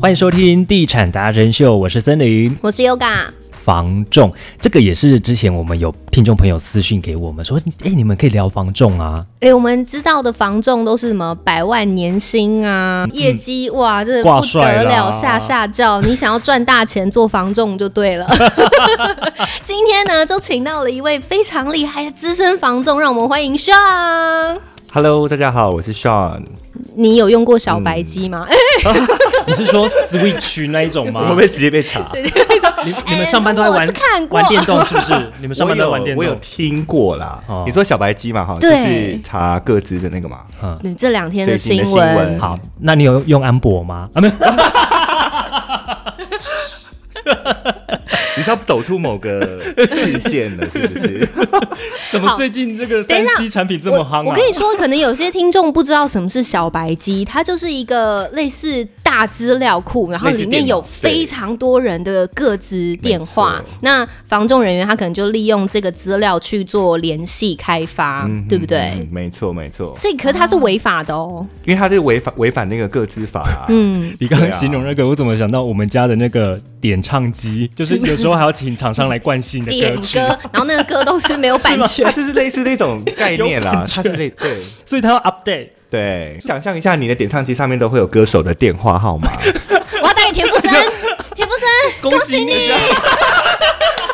欢迎收听《地产达人秀》，我是森林我是 Yoga，房仲。这个也是之前我们有听众朋友私讯给我们说，哎，你们可以聊房仲啊，哎、我们知道的房仲都是什么百万年薪啊，业绩哇，这挂不帅得啦了，下下叫。你想要赚大钱做房仲就对了。今天呢，就请到了一位非常厉害的资深房仲，让我们欢迎 Sean。 Hello，大家好，我是 Sean。你有用过小白机吗？ 你是说 Switch 那一种吗？ 我会不会直接被 查？你你们上班都在哎玩这个我是看过玩电动是不 是？你们上我班都在有玩电我有动？听过啦。哦你说小白鸡嘛，哈，就对是查各自的那个嘛。 你这两天的最新近的新闻闻，好，那你有用安博吗？啊，没有， 你是要抖出某 个事件了，是不是？怎么最近这个三 C 产品这么夯啊？我跟你说，可能有些听众不知道什么是小白机，它就是一个类似大资料库，然后里面有非常多人的各自电话没错。那防重人员他可能就利用这个资料去做联系开发， 对不对？嗯没错，没错，所以，可是它是违法的哦。因为他是违反违反那个各自法啊。嗯，你刚刚对啊形容那个，我怎么想到我们家的那个点唱机？就是有时候还要请厂商来灌新的点歌曲歌，，然后那个歌都是没 有版它权。就是类似那种概念有 啦感，觉它是类对所以他要 update。对。想象一下，你的点唱机上面都会有歌手的电话号 码，我要打给 田馥甄，田馥甄，恭喜你！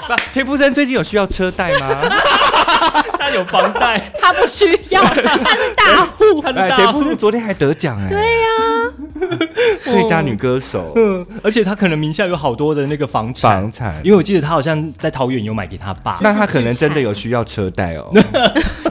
不田馥甄最近有需要车贷吗？ 他有房贷，他不需要，他是大 户。他知 哎，田道馥甄昨天还得奖哎，对呀， 最佳女歌手哦嗯，而且他可能名下有好多的那个房产，房产因为我记得他好像在桃园有买给他爸，那他可能真的有需要车 贷哦。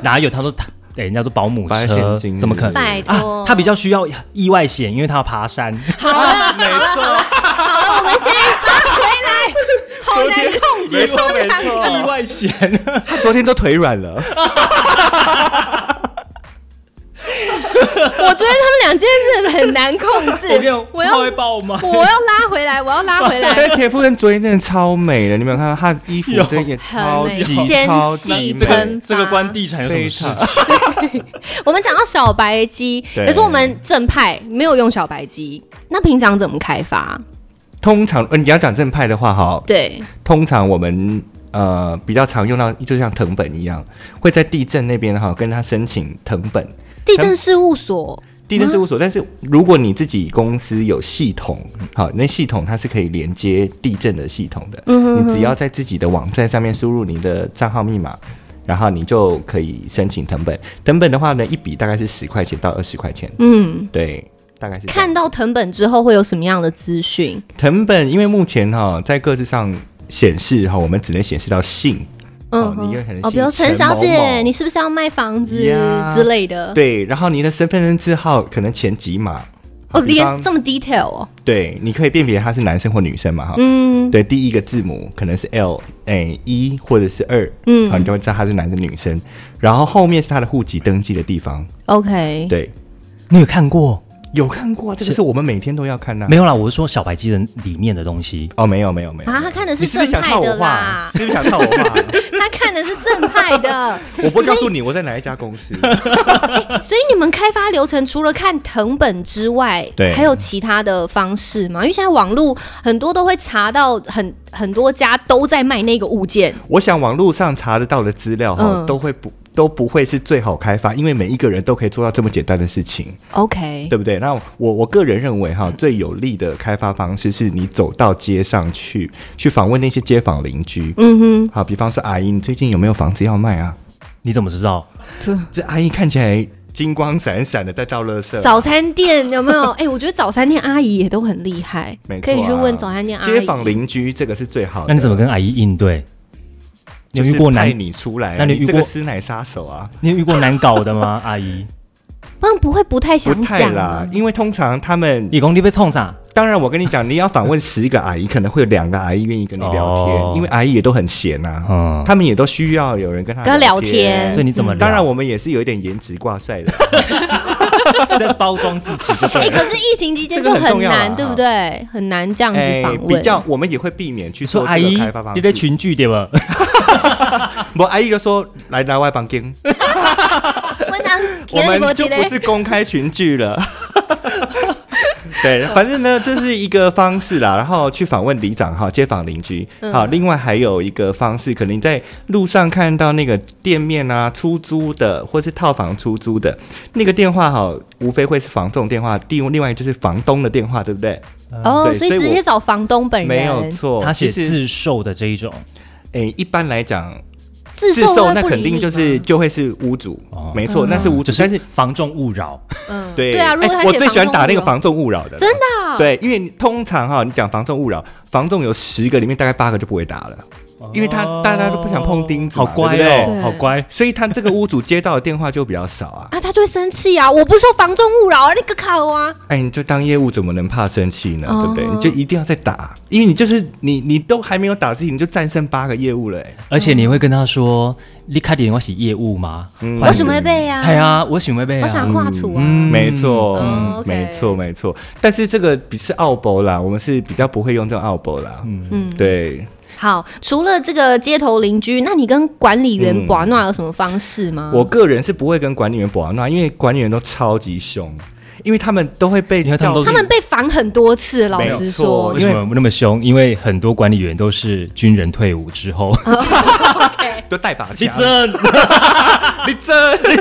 哪有？他说他。哎，人家说保姆保车险金怎么可能？拜托啊他比较需要意外险，因为他要爬 山。啊，没错，好啊了，我们先拉回来，好难控制，没错说两没错意外险，他昨天都腿软了。我觉得他们俩今天真的很难控制我跟你讲，我他要会爆吗？我要拉回来，我要拉回 来。但田馥甄昨天真的超美的，你有没有看到她的衣服有真的也超很美级纤超细级这个这个美，喷发这个关地产有什么非事常情？我们讲到小白机，对可是我们正派没有用小白机，那平常怎么开发？通常，呃，你要讲正派的话，好，对，通常我们呃比较常用到，就像藤本一样，会在地震那边哈跟他申请藤本。地震事务所地震事务所，但是如果你自己公司有系统，好，那系统它是可以连接地震的系统的。嗯你只要在自己的网站上面输入你的账号密码，然后你就可以申请藤本。藤本的话呢，一笔大概是十块钱到二十块钱，嗯，对，大概是这样看到藤本之后会有什么样的资讯？藤本，因为目前哈、在各自上显示哈、我们只能显示到姓。哦你也可能哦，比如姓陈小姐，某某你是不是要卖房子呀之类的？，对，然后你的身份证字号可能前几码哦，比方连这么 detail 哦，对，你可以辨别他是男生或女生嘛哈。嗯，对，第一个字母可能是 L，哎一或者是二，嗯好，你就会知道他是男生女生。然后后面是他的户籍登记的地方，哎，OK，对，你有看过？有看过啊，这个是我们每天都要看的啊。没有啦，我是说小白机的里面的东西。哦，没有没有没有，啊，他看的你是是正不是想派套的我啦话？，啊是不是想套我话？啊他看的是正派的，我不会告诉你我在哪一家公司。所以你们开发流程除了看藤本之外，对还有其他的方式吗？因为现在网络很多都会查到很很多家都在卖那个物件，我想网络上查得到的资料哈、嗯都会不都不会是最好开发，因为每一个人都可以做到这么简单的事情， OK，对不对？那我我个人认为哈，最有利的开发方式是你走到街上去，去访问那些街坊邻居。嗯好，比方说阿姨，你最近有没有房子要卖啊？你怎么知道？哼，这阿姨看起来金光闪闪的，在倒垃圾。早餐店有没有？哎、我觉得早餐店阿姨也都很厉害，没错可啊、以去问早餐店阿姨。街坊邻居这个是最好的。那你怎么跟阿姨应对？你有遇过就是难派你出来啊、那你你遇这个过师奶杀手啊？你有遇过难搞的吗？阿 姨，嗯不然不会不太不想太讲啦啊，。因为通常他们你讲你被冲啥？当然，我跟你讲，你要访问十个阿姨，可能会有两个阿姨愿意跟你聊天，哦因为阿姨也都很闲啊，嗯，他们也都需要有人跟她跟她聊天。天所以你怎么聊？当然，我们也是有一点颜值挂帅的，在包装自己就哎、对了。可是疫情期间这就个很重要啊哎难，对不对？很难这样子访问。比较我们也会避免去说做阿这个姨开发，方你在式。群聚对吧？我阿姨就说来来外房间，我能我们就不是公开群聚了。 对，反正呢，这是一个方式啦。然后去访问里长哈，街坊邻居。嗯好，另外还有一个方式，可能你在路上看到那个店面啊，出租的或是套房出租的那个电话哈，无非会是房仲电话，另另外就是房东的电话，对不对？哦，嗯对所以所以直我接找房东本人，没有 错，他写哦其实自售的这一种，诶，一般来讲，自自售售那他不肯理定你就是吗就会是屋主哦，没错，那是屋主就，但是是。房仲勿扰，嗯，对啊，如果诶他我写最喜欢房打东啊那个物哦房仲勿扰的，真的啊对，因为你通常哈，你讲防重勿扰，防重有十个里面大概八个就不会打了，因为他大家都不想碰钉子好嘛乖对不对哦，好乖。所以他这个屋主接到的电话就比较少 啊。啊，他就会生气啊！我不是说房仲勿扰啊，那个卡啊，哎，你就当业务怎么能怕生气呢？对不对？哦你就一定要再打，因为你就是你，你都还没有打自己，你就战胜八个业务了、哎，而且你会跟他说，你开点我是业务吗？嗯我我想要买啊，哎呀，我想要买我想啊。跨处啊，嗯没错，嗯哦，OK 没错，没错。但是这个比是奥博啦，我们是比较不会用这种奥博啦。嗯，对，好，除了这个街头邻居，那你跟管理员嗯玩闹有什么方式吗？我个人是不会跟管理员保安闹，因为管理员都超级凶，因为他们都会被因为他们都叫是他们被烦很多次，老实说为没有错什么那么凶？因为很多管理员都是军人退伍之后，哦 ，OK，都带把你枪，真，你真，你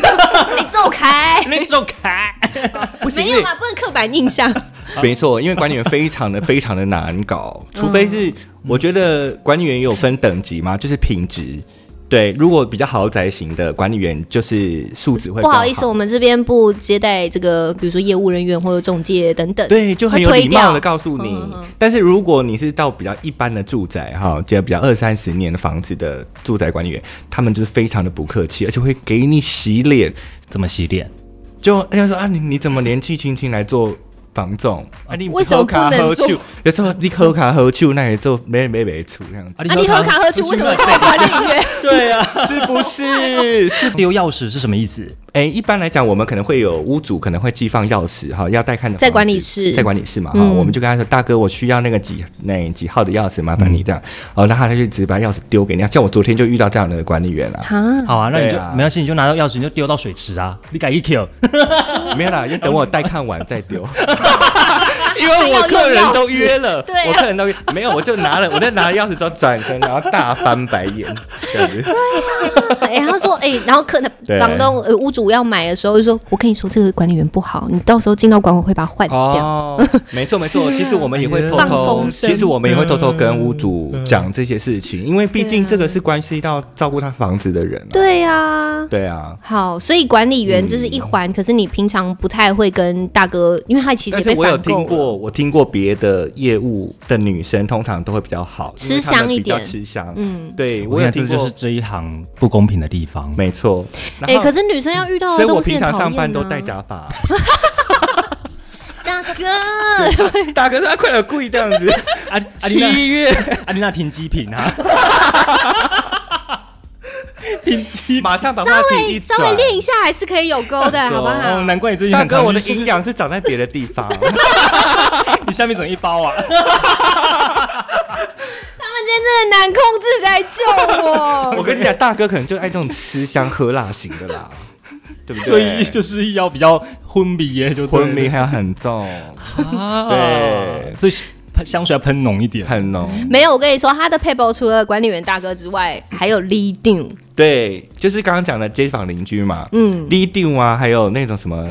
走开你走开， 不行没有啦，不能刻板印象， 没错，因为管理员非常的非常的难搞，除非嗯是我觉得管理员也有分等级嘛，就是品质。对，如果比较豪宅型的管理员，就是素质会不更好意思，我们这边不接待这个，比如说业务人员或者中介等等，对，就很有会礼推掉貌的告诉你。嗯嗯但是如果你是到比较一般的住宅哈，就比较二三十年的房子的住宅管理员，他们就是非常的不客气，而且会给你洗脸，怎么洗脸？就人家说啊，你你怎么年纪轻轻来做房仲？啊，你哦为什么不能做酒？有时候你喝卡喝酒，那也做没没没处这样子，啊，你喝卡喝去，为什么叫管理员？对啊，是不是？是 丢钥匙是什么意思？ 哎、一般来讲，我们可能会有屋主可能会寄放钥匙哈，要带看的在房子管理室在管理室嘛哈，嗯我们就跟他说，大哥，我需要那个几那几号的钥匙，麻烦你这样。哦，那他就直接把钥匙丢给你。像我昨天就遇到这样的管理员了、 啊，好啊，那你就对啊没关系，你就拿到钥匙，你就丢到水池啊，你改一 Q。没有啦，就等我带看完再丢。因为我客人都 约了，对啊我客人都约没有，我就拿了，我就拿了钥匙之后转身，然后大翻白眼，这样子。哎、他说，哎、然后客对房东呃屋主要买的时候就说，我跟你说这个管理员不好，你到时候进到管委会把他换掉。哦，没错没错，其实我们也哎会偷放偷，风声其实我们也会偷偷跟屋主嗯讲这些事情，因为毕竟这个啊是关系到照顾他房子的人、啊。对呀、对啊，好，所以管理员这是一环，可是你平常不太会跟大哥，因为他其实但也是被我有反听购了。过，我听过别的业务的女生通常都会比较好，因为吃她们香一比较点吃香。嗯，对我我有想这听过，就是这一行不公平的地方。没错。然哎、后可是女生要遇到所的以我东西平很常讨厌、啊、上班都戴假发， 大哥，大哥说啊快点故意这样子。啊， 阿丽七月娜，阿丽娜停机坪 啊，停机。 马上把话稍题微一稍转微，练一下还是可以有勾 的，好不好 哦，？难怪你最近大很哥常我的去阴阳是长在别的地方。 你下面怎么一包啊？他们今天真的难控制才救我。 我跟你讲，大哥可能就爱这种吃香喝辣型的 啦，对不 对？所以就是要比较昏迷耶，就对了昏 迷还要很重，啊，对 所以喷香水要喷浓一点。很浓。没有，我跟你说，他的 paper 除了管理员大哥之外，还有 leading。对，就是刚刚讲的街坊邻居嘛，嗯，立定啊，还有那种什么，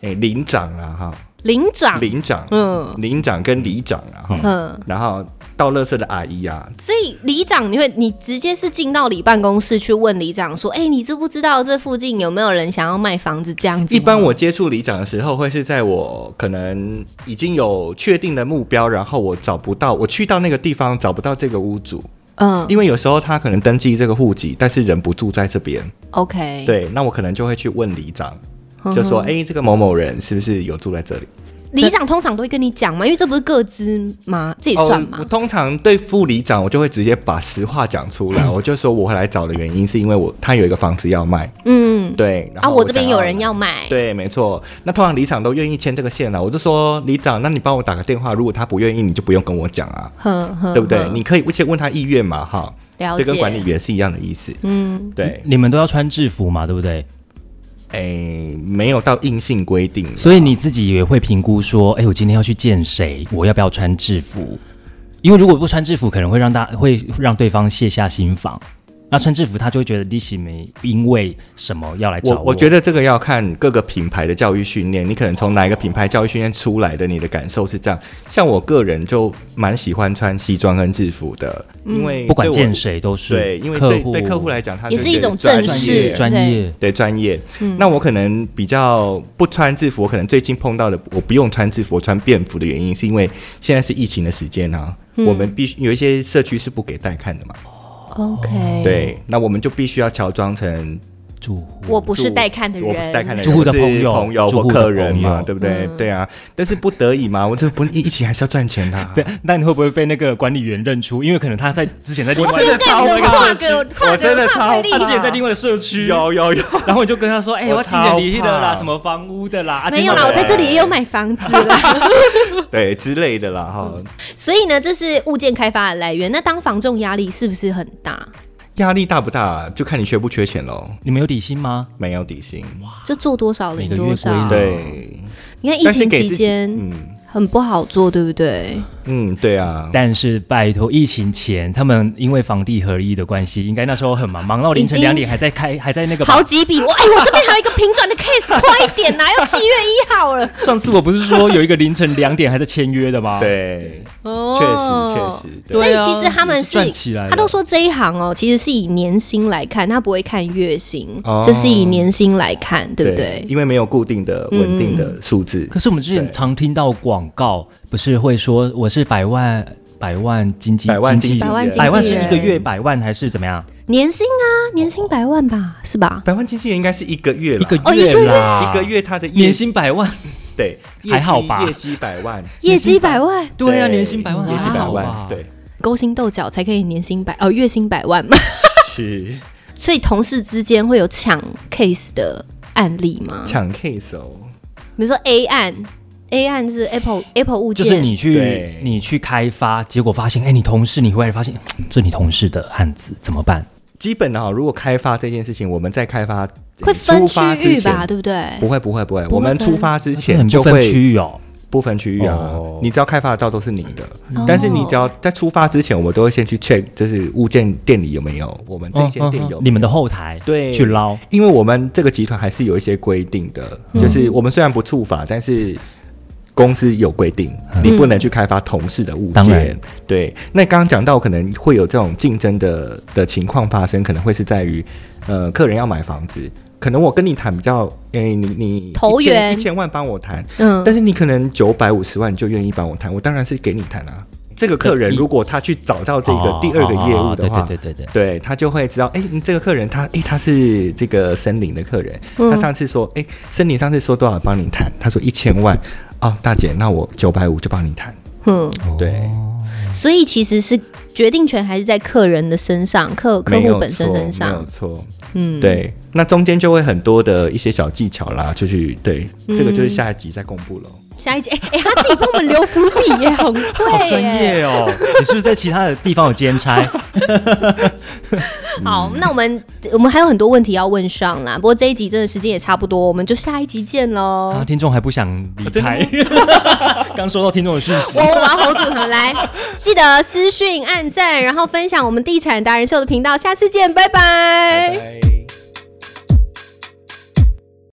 哎、邻长啦、领哈，长，邻长，啊嗯邻长跟里长啊，哈，嗯，然后倒垃圾的阿姨啊，所以里长，你会你直接是进到里办公室去问里长说，哎、你知不知道这附近有没有人想要卖房子这样子？一般我接触里长的时候，会是在我可能已经有确定的目标，然后我找不到，我去到那个地方找不到这个屋主，嗯因为有时候他可能登记这个户籍，但是人不住在这边， ，OK，，嗯对，那我可能就会去问里长，就说：“哎、这个某某人是不是有住在这里里长通常都会跟你讲嘛，因为这不是各资吗？这也？”算哦我嘛。通常对副里长，我就会直接把实话讲出来，我就说我会来找的原因是因为我他有一个房子要卖，嗯，对，然啊，后我这边想有人。要买，对，没错。那通常里长都愿意签这个线了，我就说里长，那你帮我打个电话，如果他不愿意，你就不用跟我讲啊，哼哼，对不对？哼你可以先问他意愿嘛，哈，了这跟解，管理员是一样的意思。嗯，对，你们都要穿制服嘛，对不对？诶、没有到硬性规定啦，所以你自己也会评估说，哎、我今天要去见谁，我要不要穿制服？因为如果不穿制服，可能会让大会让对方卸下心防。那穿制服，他就会觉得你是没因为什么要来找我我我觉得这个要看各个品牌的教育训练，你可能从哪一个品牌教育训练出来的，你的感受是这样。像我个人就蛮喜欢穿西装跟制服的，因为不管对我见谁都是对，因为客对户对客户来讲，他也就是一觉得种专正业式专业对专业。嗯那我可能比较不穿制服，我可能最近碰到的，我不用穿制服，我穿便服的原因，是因为现在是疫情的时间啊，嗯我们必须有一些社区是不给带看的嘛，哦 OK，，对，那我们就必须要乔装成住户我不是住带看的人，我不是带看的人，住户的我是朋友朋友住或户的客人朋嘛，友对不嗯对？对啊，但是不得已嘛，我这不疫情还是要赚钱的啊。 对，那你会不会被那个管理员认出？因为可能他在之前在另外真的超这个怕跨个跨我真个的跨超个地 他啊方之前在另外的社区，有有有，然后你就跟他说：“哎、我我记得你超的啦，怕什么房屋的啦，啊没有啦，结我果在这里也有买房子啦。对之类的啦哈。嗯所以呢，这是物件开发的来源。那当房仲压力是不是很大？压力大不大，就看你缺不缺钱喽。你们有底薪吗？没有底薪，就做多少领每个月多啊归零少？对，你看疫但是情给期自己间嗯很不好做，对不对？嗯，对啊，但是拜托，疫情前他们因为房地合一的关系，应该那时候很忙，忙到凌晨已经两点还在开，还在那个吧。好几笔，我哎，我这边还有一个平转的 case，快一点啦，要七月一号 了。上次我不是说有一个凌晨两点还在签约的吗？，对，确哦实确实，对所以对啊其实他们是赚起来了他都说这一行哦，其实是以年薪来看，他不会看月薪，哦就是以年薪来看，对不对？嗯因为没有固定的稳定的数字可，是我们之前对常听到广告，不是会说我是百万百万经济百万经经纪纪百人，万经纪人百万是一个月百万还是怎么样？年薪啊，年薪百万吧，是吧？百万经纪人应该是一个月啊一啦个哦一个月啦，一个月他的业年薪百万，对，业还绩好吧业绩百万，业绩百万，对啊，年薪百万，业绩还百好吧万，对，勾心斗角才可以年薪百哦，月薪百万嘛。是所以同事之间会有抢 case 的案例吗？抢 case 哦。比如说 A 案，A 案是 Apple Apple 物就件，是你去对你去开发，结果发现，哎，你同事，你回来发现这你同事的案子怎么办？基本的哈，如果开发这件事情，我们在开发会分出区发之域吧，前，对不对？不会不会不会，会我们出发之前很就不分会区域哦，不分区域啊哦，你只要开发得到都是你的。哦但是你只要在出发之前，我们都会先去 check，就是物件店里有没有，我嗯们这一间店有没有你们的后台对去捞，因为我们这个集团还是有一些规定的，嗯就是我们虽然不触法，但是公司有规定，你不能去开发同事的物嗯当然件。对，那刚刚讲到可能会有这种竞争的的情况发生，可能会是在于，呃，客人要买房子，可能我跟你谈比较，哎、你你投缘一千万帮我谈，嗯，但是你可能九百五十万你就愿意帮我谈，我当然是给你谈啊。这个客人对如果他去找到这个哦第二个业务的哦话，哦对对对对对，对他就会知道，哎、你这个客人他，哎、他是这个森林的客人，嗯他上次说，哎、森林上次说多少帮你谈，他说一千万，哦，大姐，那我九百五就帮你谈，嗯，哦对，所以其实是决定权还是在客人的身上，客客没户有本身错身没有上，错，嗯，对，那中间就会很多的一些小技巧啦，就去对，这个就是下一集再公布喽。下一集，哎、 哎、他自己帮我们留伏笔耶， 很好会专耶。业哦！你是不是在其他的地方有兼差？好，那我们我们还有很多问题要问上啦，不过这一集真的时间也差不多，我们就下一集见喽。啊，听众还不想离哦开， 刚收到听众的讯息 我。我要 hold 住他们，来，记得私讯、按赞，然后分享我们地产达人秀的频道，下次见，拜拜拜拜